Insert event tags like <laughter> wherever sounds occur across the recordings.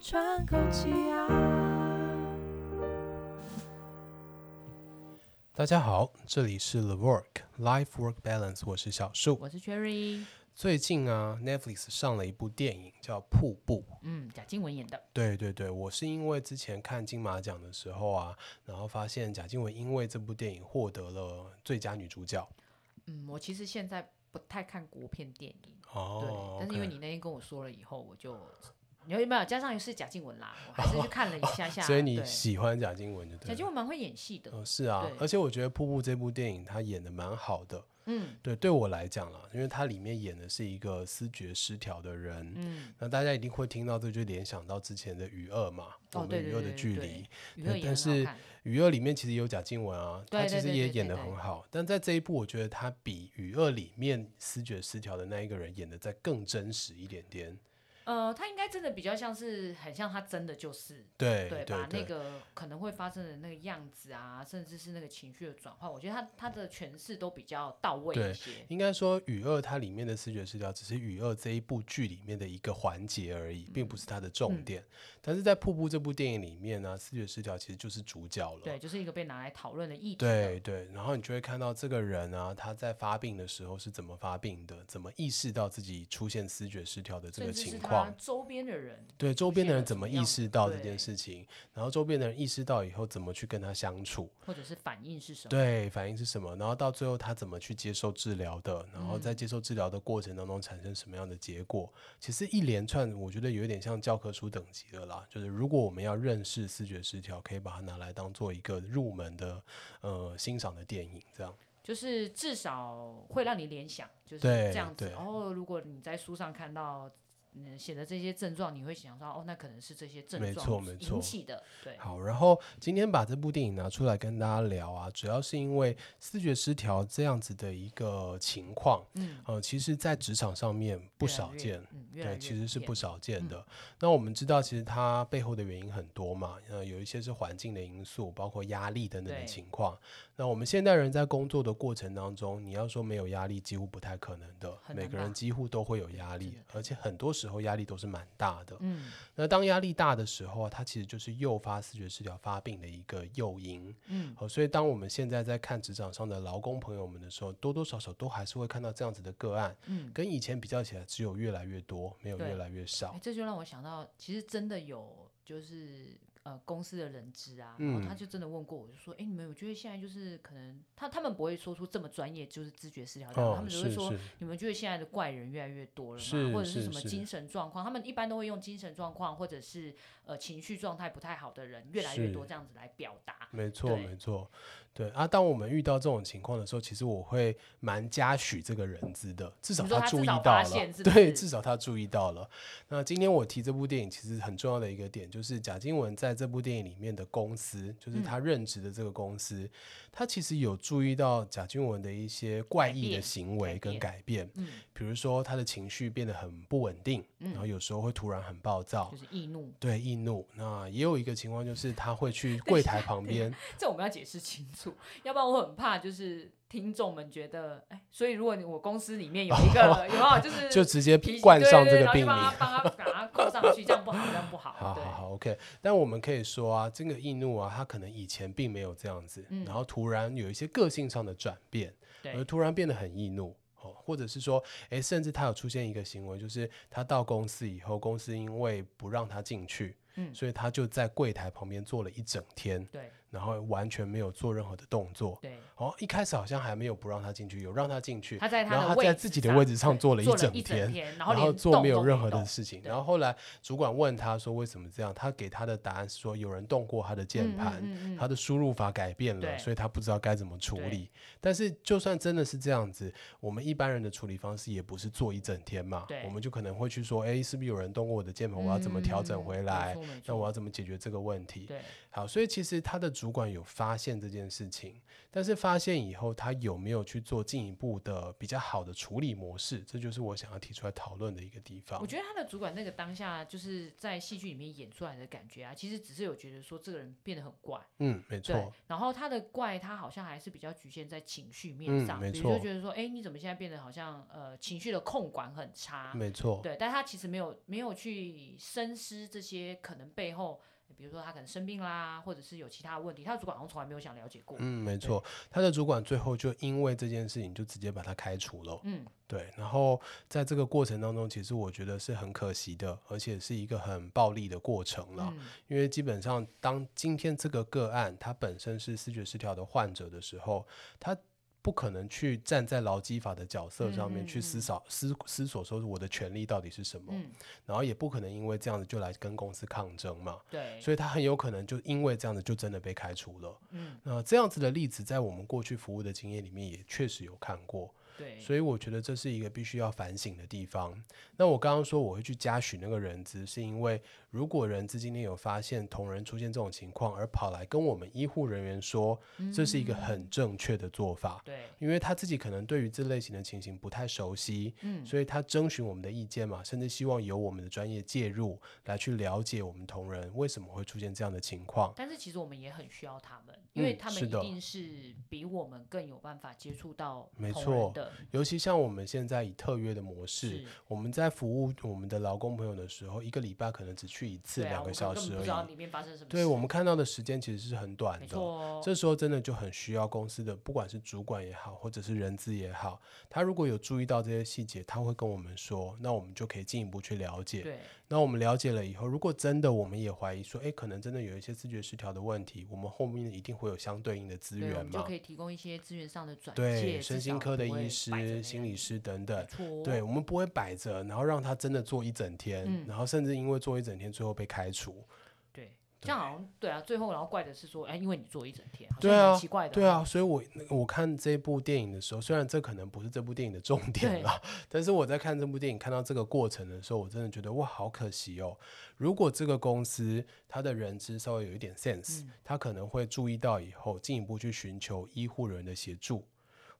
喘口气啊！大家好，这里是 The Work Life Work Balance，我是小树。我是 Cherry，最近啊，Netflix 上了一部电影叫《瀑布》。嗯，贾静雯演的，对对对，我是因为之前看金马奖的时候啊，然后发现贾静雯因为这部电影获得了最佳女主角。嗯，我其实现在不太看国片电影，哦对，，但是因为 OK 你那天跟我说了以后，我就你有没有加上是贾静雯啦，我还是去看了一下下，哦所以你对喜欢贾静雯就对贾了。静雯蛮会演戏的，嗯，是啊对，而且我觉得《瀑布》这部电影她演的蛮好的，嗯对，对我来讲啊啦，因为它里面演的是一个思觉失调的人，嗯，那大家一定会听到这就联想到之前的《余二》嘛，我哦们对《对余二》的对距对离，娱乐对也但很是好看， 《余二》里面其实有贾静雯啊，对她其对实对也对演对得对很好，但在这一部我觉得她比《余二》里面思觉失调的那一个人演的再更真实一点点，呃，她应该真的比较像是很像她真的就是。对对，对把那个可能会发生的那个样子啊，甚至是那个情绪的转换，我觉得她她的诠释都比较到位对一些。应该说，《雨二》它里面的视觉失调只是《雨二》这一部剧里面的一个环节而嗯已，并不是它的重点。但是在《瀑布》这部电影里面呢、视觉失调其实就是主角了。对，就是一个被拿来讨论的议题。啊对对，然后你就会看到这个人啊，他在发病的时候是怎么发病的，怎么意识到自己出现视觉失调的这甚个至是情他况，周边的人，对周边的人怎么出意现了识什么到样这的件对事情，然后周边的人意识到以后怎么去跟他相处，或者是反应是什么？对，反应是什么？然后到最后他怎么去接受治疗的？然后嗯在接受治疗的过程当中产生什么样的结果？其实一连串，我觉得有一点像教科书等级的啦。就是如果我们要认识视觉失调，可以把它拿来当做一个入门的呃欣赏的电影，这样。就是至少会让你联想，就是对这样子。对然后、如果你在书上看到。嗯，写的这些症状，你会想到哦，那可能是这些症没状错没错引起的，对，好，然后今天把这部电影拿出来跟大家聊啊，主要是因为视觉失调这样子的一个情况，嗯，呃，其实在职场上面不越来少越见。嗯，越嗯对，来越其实是普遍不少见的。那我们知道，其实它背后的原因很多嘛，呃，有一些是环境的因素，包括压力等等的对情况。那我们现代人在工作的过程当中，你要说没有压力，几乎不太可能的。很每难个人吧几乎都会有压力，而且很多时候压力都是蛮大的。嗯那当压力大的时候啊，它其实就是诱发视觉失调发病的一个诱因。嗯，好、所以当我们现在在看职场上的劳工朋友们的时候，多多少少都还是会看到这样子的个案。嗯，跟以前比较起来，只有越来越多，没有对越来越少哎，。这就让我想到，其实真的有就是呃公司的人资啊，然后他嗯就真的问过我，就说，哎、你们有觉得现在就是可能他他们不会说出这么专业，就是知觉失调这样，哎他哦，们只会是说是，你们觉得现在的怪人越来越多了是吗？或者是是什么是精神状况？他们一般都会用精神状况或者是呃情绪状态不太好的人越来越是多这样子来表达。没错对没错。对啊，当我们遇到这种情况的时候，其实我会蛮嘉许这个人资的，至少你说他注至意少到发了，现是不对，是至少他注意到了。那今天我提这部电影，其实很重要的一个点就是贾静雯在这部电影里面的公司，嗯就是她任职的这个公司，她其实有注意到贾静雯的一些怪改异的变行为改跟变改变，嗯，比如说她的情绪变得很不稳定，然后有时候会突然很暴躁，就是易 <laughs> 怒，对易怒，那也有一个情况就是他会去柜台旁边，这我们要解释清楚，要不然我很怕就是听众们觉得，哎，所以如果你我公司里面有一个有没有就是哦就直接脾气冠对上对这对个病名然。后就帮他帮他把他扣上去，这样不好，这样不好好，对好，好，OK。但我们可以说啊，这个易怒啊，他可能以前并没有这样子，然后突然有一些个性上的转变，嗯对而突然变得很易怒。哦，或者是说，诶，甚至他有出现一个行为，就是他到公司以后，公司因为不让他进去，嗯所以他就在柜台旁边坐了一整天，对然后完全没有做任何的动作。对，哦，一开始好像还没有不让他进去，有让他进去，他在然他后他的位在置自己的位置上坐坐了一一整天天，然然后连做没有动都任何的动事情。对然后后来主管问他说为什么这样，他给他的答案是说有人动过他的键嗯嗯盘，嗯嗯他的输入法改变了，对所以他不知道该怎么处对理。但是就算真的是这样子，我们一般人的处理方式也不是坐一整天嘛对，我们就可能会去说，哎，是不是有人动过我的键盘？我要怎么调整嗯回没来？错没那错我要怎么解决这个问题？对好，所以其实他的主管有发现这件事情，但是发现以后他有没有去做进一步的比较好的处理模式，这就是我想要提出来讨论的一个地方我。觉得他的主管那个当下就是在戏剧里面演出来的感觉啊，其实只是有觉得说这个人变得很怪，嗯，没对错，。然后他的怪，他好像还是比较局限在情绪面嗯上，没比如就错觉得说，哎，你怎么现在变得好像呃情绪的控管很差？没错，对，但他其实没有没有去深思这些可能背后，比如说他可能生病啦，或者是有其他问题，他的主管好像从来没有想了解过。嗯，没错。他的主管最后就因为这件事情就直接把他开除了。嗯，对，然后在这个过程当中，其实我觉得是很可惜的，而且是一个很暴力的过程了。嗯因为基本上，当今天这个个案他本身是视觉失调的患者的时候，他不可能去站在劳基法的角色上面嗯嗯去思嗯考、思思索，说我的权利到底是什么，嗯，然后也不可能因为这样子就来跟公司抗争嘛。对，所以他很有可能就因为这样子就真的被开除了。嗯，那这样子的例子，在我们过去服务的经验里面也确实有看过，对，所以我觉得这是一个必须要反省的地方。那我刚刚说我会去嘉许那个人资，是因为如果人资今天有发现同仁出现这种情况，而跑来跟我们医护人员说，这是一嗯个很正确的做法。对，因为他自己可能对于这类型的情形不太熟悉，嗯，所以他征询我们的意见嘛，甚至希望由我们的专业介入来去了解我们同仁为什么会出现这样的情况。但是其实我们也很需要他们，因为嗯他们是一的定是比我们更有办法接触到没同仁错的，尤其像我们现在以特约的模式是，我们在服务我们的劳工朋友的时候，一个礼拜可能只去一次对啊，两我个们小根本时不知道而已。里面发生什么事。对我们看到的时间其实是很短没错的，哦，这时候真的就很需要公司的，不管是主管也好，或者是人资也好，他如果有注意到这些细节，他会跟我们说，那我们就可以进一步去了解。对那我们了解了以后，如果真的我们也怀疑说，诶，可能真的有一些视觉失调的问题，我们后面一定会有相对应的资对，我源们就嘛可。以提供一些资源上的转介，对，至身心少科的不会医摆着师、那心样理师等等没，错，对，，我们不会摆着，然后让他真的做一整天，嗯然后甚至因为做一整天，最后被开除。对，这样好像对啊，最后然后怪的是说，哎，因为你做一整天，好对像也蛮啊奇怪的，对啊，，所以我那个我看这部电影的时候，虽然这可能不是这部电影的重点对啦，但是我在看这部电影看到这个过程的时候，我真的觉得哇，好可惜哦。如果这个公司它的人资稍微有一点 sense，、嗯他可能会注意到以后，进一步去寻求医护人员的协助。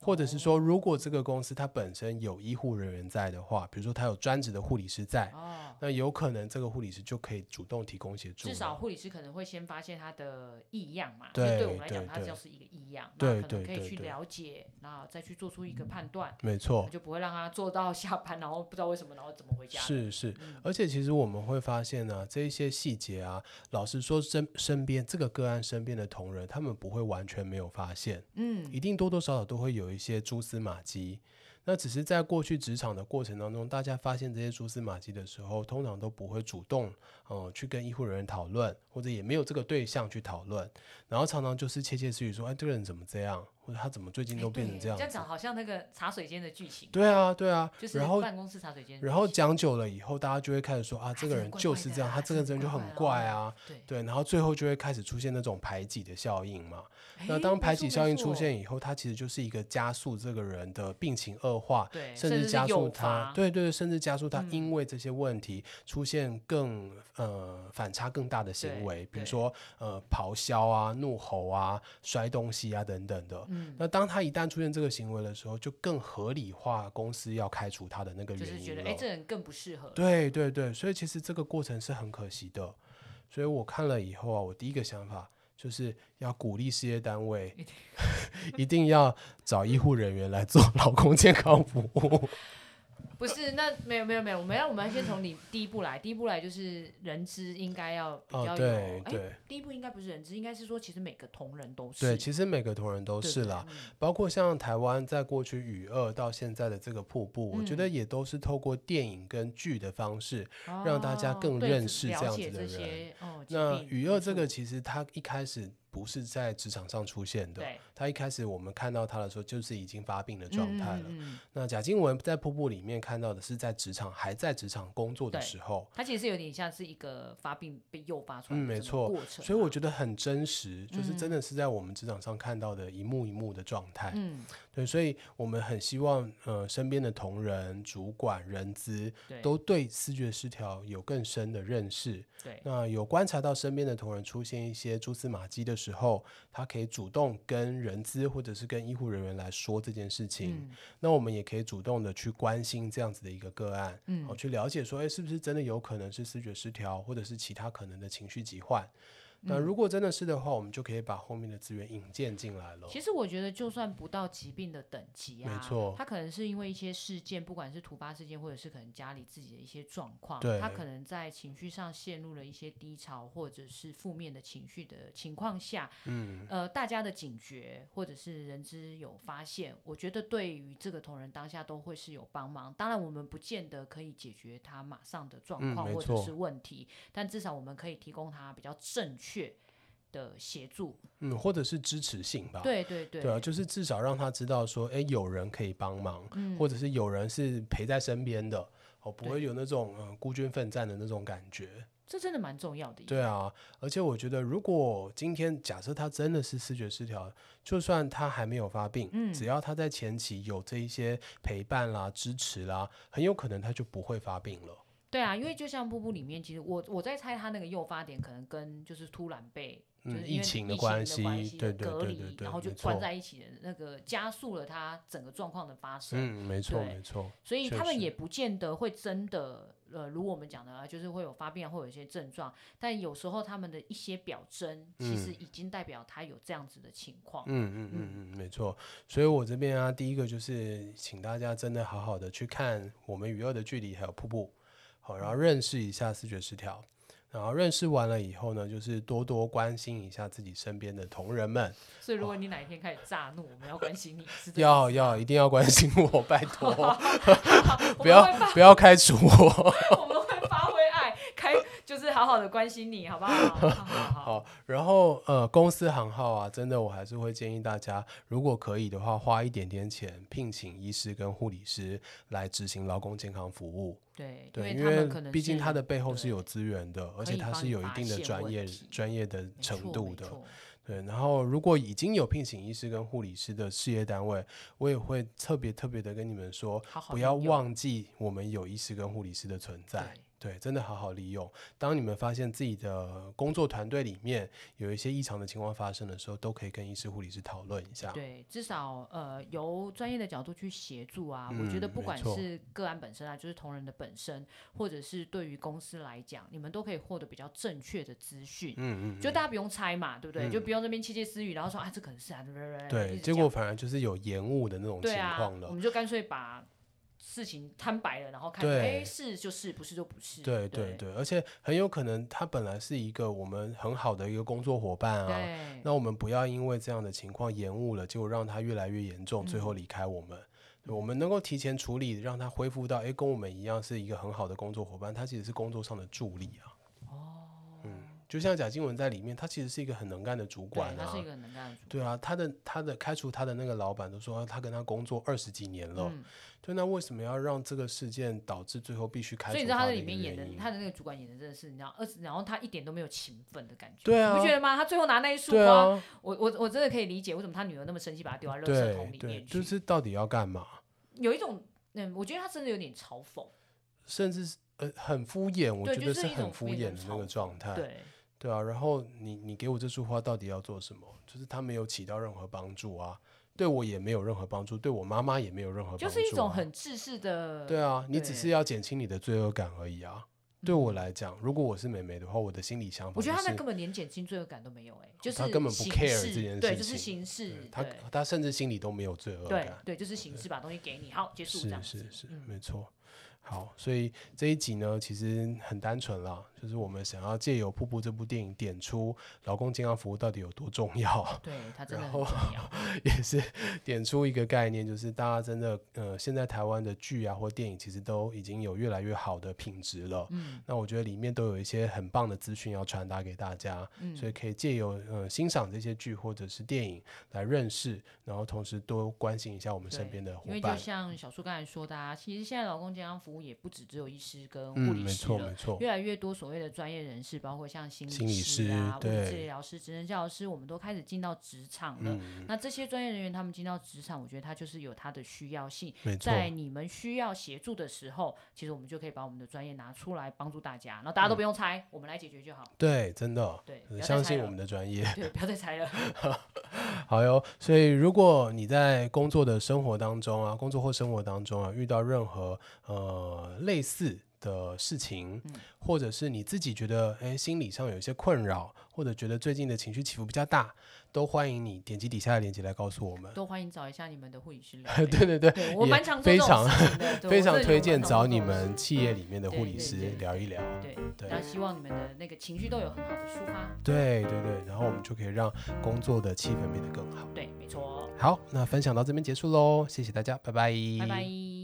或者是说，哦如果这个公司它本身有医护人员在的话，比如说它有专职的护理师在，哦，那有可能这个护理师就可以主动提供协助了。至少护理师可能会先发现他的异样嘛，因为对对我们来讲，对它对就是一个异样，对那可能对可以对去对了解，然后再去做出一个判断，没错，就不会让他做到下班，然后不知道为什么，然后怎么回家的。是是嗯，而且其实我们会发现呢、这一些细节啊，老实说身身边这个个案身边的同仁，他们不会完全没有发现，嗯，一定多多少少都会有一些蛛丝马迹。那只是在过去职场的过程当中，大家发现这些蛛丝马迹的时候，通常都不会主动，呃，去跟医护人员讨论，或者也没有这个对象去讨论，然后常常就是窃窃私语说，哎，这个人怎么这样，或者他怎么最近哎都变对成耶这样这子样。讲好像那个茶水间的剧情，对啊，对啊，就是然后办公室茶水间的剧情。然后讲久了以后，大家就会开始说啊，这这个人人怪就怪是的这样，啊他这这个人人就怪很怪的怪啊啊，对，对，然后最后就会开始出现那种排挤的效应嘛。那哎当排没错挤没效应错出现以后，它其实就是一个加速这个人的病情恶化，对甚哎甚至至是加速诱他发，对对对，甚至加速他嗯因为这些问题出现更呃反差更大的对行为，比对如说呃咆哮啊、怒吼啊、摔东西啊等等的。嗯，那当他一旦出现这个行为的时候，就更合理化公司要开除他的那个就原因是了。觉得哎，这人更不适合。对对对，所以其实这个过程是很可惜的。所以我看了以后啊，我第一个想法就是要鼓励事业单位 <laughs> 一定要找医护人员来做 <laughs> 劳工健康服务。不是，那没有没有没有，我们要我们要先从你第一步来，第一步来就是人资应该要比较哦，有，对哎、对第一步应该不是人资，应该是说其实每个同仁都是，对，其实每个同仁都对是不对啦，，嗯包括像台湾在过去雨二到现在的这个瀑布，我觉嗯得也都是透过电影跟剧的方式让大家哦更对认只识了这样解子的这人些哦，疾那病雨没二这个错其实它一开始不是在职场上出现的，对他一开始我们看到他的时候，就是已经发病的状态了。嗯嗯嗯嗯那贾静雯在瀑布里面看到的是在职场还在职场工作的对时候，它其实有点像是一个发病被诱发出来嗯的没这个错过程啊、所以我觉得很真实，就是真嗯的是在我们职场上看到的一幕一幕的状态。嗯，对，所以我们很希望呃身边的同仁、主管、人资对，都对视觉失调有更深的认识。对，那有观察到身边的同仁出现一些蛛丝马迹的时候，他可以主动跟人资或者是跟医护人员来说这件事情。嗯那我们也可以主动的去关心这样子的一个个案，嗯好、去了解说，哎，是不是真的有可能是视觉失调，或者是其他可能的情绪疾患？那嗯如果真的是的话，我们就可以把后面的资源引荐进来了。其实我觉得，就算不到疾病的等级啊，哦没错他可能是因为一些事件，不管是突发事件，或者是可能家里自己的一些状况，对他可能在情绪上陷入了一些低潮或者是负面的情绪的情况下，嗯，呃，大家的警觉或者是人之有发现，我觉得对于这个同仁当下都会是有帮忙。当然，我们不见得可以解决他马上的状嗯况没或者错是问题，但至少我们可以提供他比较正确的协助。嗯，或者是支持性吧。对对对，对啊，就是至少让他知道说，哎，有人可以帮忙，或者是有人是陪在身边的，哦，不会嗯对有那种嗯、呃孤军奋战的那种感觉。这真的蛮重要的。对啊，而且我觉得，如果今天假设他真的是视觉失调，就算他还没有发病，嗯只要他在前期有这一些陪伴啦、支持啦，很有可能他就不会发病了。对啊，因为就像瀑布里面，其实我我在猜他那个诱发点可能跟就是突然被、嗯就是疫因为情的的关系系对对隔对离，对对然后就没关错在一起的那个加速了他整个状况的发生。嗯，没错，对没错，所以确他们实也不见得会真的，呃，如我们讲的啊，就是会有发病啊，会有一些症状，但有时候他们的一些表征，其实已经代表他有这样子的情况。嗯嗯嗯嗯，没错。所以我这边啊，第一个就是请大家真的好好的去看《我们与恶的距离》还有《瀑布》，好，然后认识一下视觉失调。然后认识完了以后呢，就是多多关心一下自己身边的同仁们，所以如果你哪一天开始炸怒，我们要关心你，是这样要子要一定要关心我，拜托，吗，不我们要会不要开除我。 <laughs> 我们会发挥爱，开就是好好的关心你，好不好？好好 <laughs> 好，好，然后呃，公司行号啊，真的我还是会建议大家，如果可以的话，花一点点钱聘请医师跟护理师来执行劳工健康服务。对，对，因因为他为们可能毕竟是它的背后是对有资源的，而可且以它帮是你有一发定的现专问业题专业的没程错度没的。错对，然后如果已经有聘请医师跟护理师的事业单位，我也会特别特别的跟你们说，好好不利要用忘记我们有医师跟护理师的存在。对，真的好好利用。当你们发现自己的工作团队里面有一些异常的情况发生的时候，都可以跟医师、护理师讨论一下。对，至少呃，由专业的角度去协助啊，我觉得嗯不没管错是个案本身啊，就是同仁的本身，或者是对于公司来讲，你们都可以获得比较正确的资讯。嗯嗯就大家不用猜嘛，对不对？就不用这边窃窃私语，然后说啊，这可能是啊，嗯，一对，直结讲果反而就是有延误的那种情对啊况，我了。们就干脆把事情摊白了，然后看，哎，对是就是，不是就不是。对对对对，而且很有可能他本来是一个我们很好的一个工作伙伴啊，对那我们不要因为这样的情况延误了，结果让它越来越严重，最嗯后离开我们。对我们能够提前处理，让它恢复到诶跟我们一样是一个很好的工作伙伴，他其实是工作上的助力啊。哦，嗯，就像贾静雯在里面，他其实是一个很能干的主管对，他啊是一。个很能干的主对啊，他的他的开除他的那个老板都说他跟他工作二十几年了，嗯对，那为什么要让这个事件导致最后必须开除所以你知道他他在的一里个面演原的，因他的那个主管演的真的是，你知道，二十，然后他一点都没有勤奋的感觉，对啊你不觉得吗？他最后拿那一束对花，啊，我我我真的可以理解为什么他女儿那么生气，把他丢在垃圾对桶里对，面就去，是到底要干嘛？有一种，嗯，我觉得他真的有点嘲讽，甚至是呃很敷衍，我对觉就得是一很种敷非衍常的那个嘲状态。对，对啊，然后你你给我这束花到底要做什么？就是它没有起到任何帮助啊，对我也没有任何帮助，对我妈妈也没有任何帮助、就啊，是一种很自私的，对啊，你只对嗯是要减轻你的罪恶感而已啊。对我来讲，如果我是美眉的话，我的心理想法、我就是，觉得他那根本连减轻罪恶感都没有、哎，就是他根本不形 care 式这件对，事就是情形式对，他对他嗯甚至心里都没有罪恶对感。对，就是形式把东西给你，好，结束这样是子，是是，嗯没错。好，所以这一集呢，其实很单纯啦，就是我们想要借由《瀑布》这部电影点出劳工健康服务到底有多重要， <laughs> 对他真的然很后重要。 <laughs> 也是点出一个概念，就是大家真的，呃，现在台湾的剧啊或电影，其实都已经有越来越好的品质了。嗯那我觉得里面都有一些很棒的资讯要传达给大家，嗯，所以可以借由呃欣赏这些剧或者是电影来认识，然后同时多关心一下我们身对边的伙因为就伴。像小树刚才说的啊，其实现在劳工健康服务务也不止只有医师跟护嗯，理没师错了。没错，越来越多所谓的专业人士，包括像心心理理师啊、师物理治对疗师、职能教师，我们都开始进到职场了。嗯，那这些专业人员，他们进到职场，我觉得他就是有他的需要性。没错，在你们需要协助的时候，其实我们就可以把我们的专业拿出来帮助大家，然后大家都不用猜，我们来解决就好。对，真的，对，嗯呃不要再相猜信了我们的专业。 <laughs> 对，不要再猜了。好哟，所以如果你在工作的生活当中啊，工作或生活当中啊，遇到任何呃类似的事情，嗯或者是你自己觉得哎心理上有一些困扰，或者觉得最近的情绪起伏比较大，都欢迎你点击底下的链接来告诉我 <laughs> 们。都欢迎找一下你们的护理师 <laughs> 聊对聊。对对，对，我也蛮常做非这种常事情的，<laughs> 对非常我真的觉得推我荐蛮常找做你这种事们企业里面的护哦对理对师对聊一聊。对，对然后希望你们的那个情绪都有很好的抒发。对对对，然后我们就可以让工作的气氛变得更好。对，没错哦，好，那分享到这边结束喽，谢谢大家，拜拜，拜拜。